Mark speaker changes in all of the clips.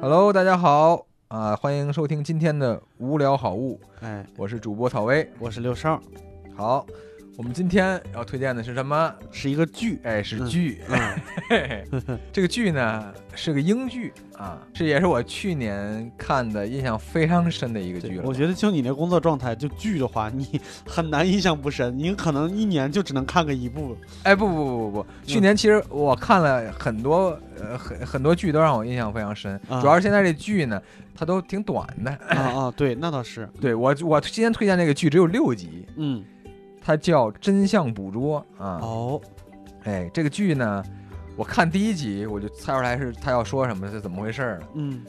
Speaker 1: Hello，大家好啊，欢迎收听今天的无聊好物，
Speaker 2: 哎，
Speaker 1: 我是主播草薇。
Speaker 2: 我是刘少，
Speaker 1: 好，我们今天要推荐的是什么？
Speaker 2: 是一个剧。
Speaker 1: 哎，是剧。
Speaker 2: 嗯，
Speaker 1: 嘿嘿 这个剧呢是个英剧啊，这也是我去年看的印象非常深的一个剧
Speaker 2: 对
Speaker 1: 了。
Speaker 2: 我觉得就你那工作状态，就剧的话，你 很难印象不深，你可能一年就只能看个一 部。
Speaker 1: 哎，不不不不
Speaker 2: 嗯
Speaker 1: 不，去年其实我看了很多，呃，很很多剧都让我印象非常深。
Speaker 2: 啊
Speaker 1: 主要是现在这剧呢，它都挺短的。
Speaker 2: 啊啊，对，那倒是。
Speaker 1: 对我，我今天推荐这个剧只有六集，
Speaker 2: 嗯，
Speaker 1: 它叫《真相捕捉》啊。
Speaker 2: 哦，
Speaker 1: 哎，这个剧呢，我看第一集我就猜出来是他要说什么是怎么回事儿了，
Speaker 2: 嗯，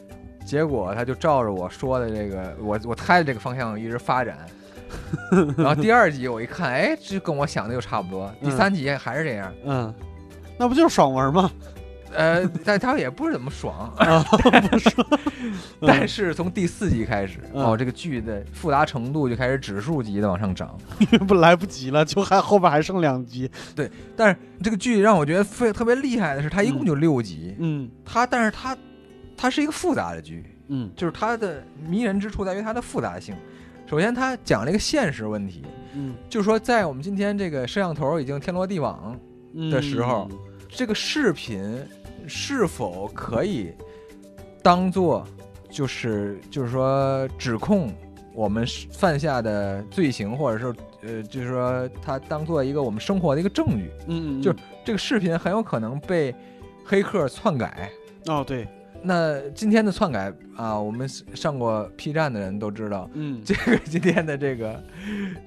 Speaker 1: 结果他就照着我说的这个我我猜的这个方向一直发展。然后第二集我一看，哎，这跟我想的又差不多。第
Speaker 2: 嗯
Speaker 1: 三集还是这样，
Speaker 2: 嗯，那不就是爽文吗？
Speaker 1: 呃，但他也不是怎么爽，
Speaker 2: 啊，不是。嗯
Speaker 1: 但是从第四集开始，
Speaker 2: 嗯
Speaker 1: 哦，这个剧的复杂程度就开始指数级的往上涨。
Speaker 2: 不来不及了，就还后边还剩两集。
Speaker 1: 但是这个剧让我觉得非特别厉害的是，它一共就六集，
Speaker 2: 嗯
Speaker 1: 它但是它它是一个复杂的剧，
Speaker 2: 嗯
Speaker 1: 就是它的迷人之处在于它的复杂性。首先，它讲了一个现实问题，
Speaker 2: 嗯
Speaker 1: 就是说，在我们今天这个摄像头已经天罗地网，
Speaker 2: 嗯
Speaker 1: 的时候，这个视频是否可以当做就是就是说指控我们是犯下的罪行，或者是呃，就是说它当做一个我们生活的一个证据。
Speaker 2: 嗯，嗯
Speaker 1: 就这个视频很有可能被黑客篡改。
Speaker 2: 哦对，
Speaker 1: 那今天的篡改啊，我们上过 P 站的人都知道，
Speaker 2: 嗯
Speaker 1: 这个今天的这个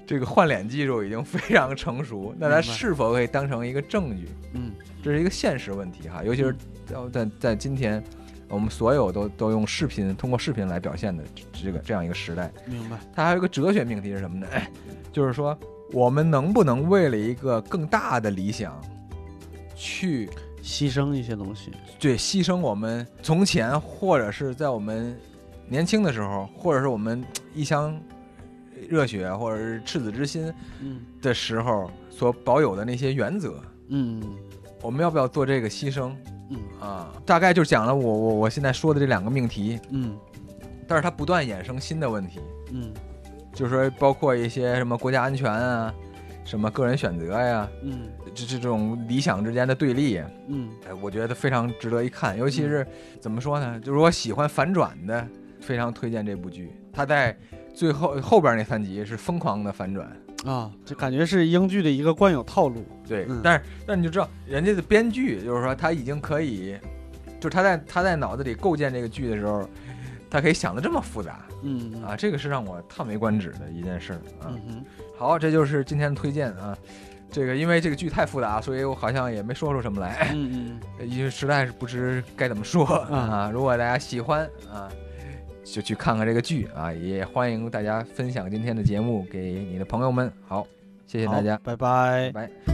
Speaker 1: 这个换脸技术已经非常成熟，那它
Speaker 2: 明白
Speaker 1: 是否可以当成一个证据？
Speaker 2: 嗯
Speaker 1: 这是一个现实问题哈，尤其是在在在今天，我们所有都都用视频通过视频来表现的这这个这样一个时代，
Speaker 2: 明白。
Speaker 1: 它还有一个哲学命题是什么呢？哎
Speaker 2: 嗯
Speaker 1: 就是说我们能不能为了一个更大的理想，去
Speaker 2: 牺牲一些东西。
Speaker 1: 对牺牲我们从前或者是在我们年轻的时候，或者是我们一腔热血或者是赤子之心
Speaker 2: 嗯
Speaker 1: 的时候所保有的那些原则，
Speaker 2: 嗯
Speaker 1: 我们要不要做这个牺牲？
Speaker 2: 嗯
Speaker 1: 啊，大概就讲了我我我现在说的这两个命题，
Speaker 2: 嗯
Speaker 1: 但是它不断衍生新的问题，
Speaker 2: 嗯
Speaker 1: 就是说包括一些什么国家安全啊，什么个人选择呀、
Speaker 2: 嗯
Speaker 1: 这这种理想之间的对立，
Speaker 2: 嗯
Speaker 1: 哎，我觉得非常值得一看，尤其是怎么说呢，就是我喜欢反转的，非常推荐这部剧，它在最后后边那三集是疯狂的反转。
Speaker 2: 啊，这感觉是英剧的一个惯有套路。
Speaker 1: 对，
Speaker 2: 嗯
Speaker 1: 但是但你就知道，人家的编剧就是说他已经可以，就是他在他在脑子里构建这个剧的时候，他可以想的这么复杂
Speaker 2: 嗯
Speaker 1: 啊，这个是让我叹为观止的一件事儿啊
Speaker 2: 嗯。哼，
Speaker 1: 好，这就是今天的推荐啊。这个因为这个剧太复杂，所以我好像也没说出什么来，
Speaker 2: 嗯嗯
Speaker 1: 因为实在是不知该怎么说 啊。如果大家喜欢啊，就去看看这个剧啊，也欢 迎大家分享今天的节目给你的朋友们。好，谢谢
Speaker 2: 谢
Speaker 1: 大家。
Speaker 2: 拜拜
Speaker 1: 拜拜。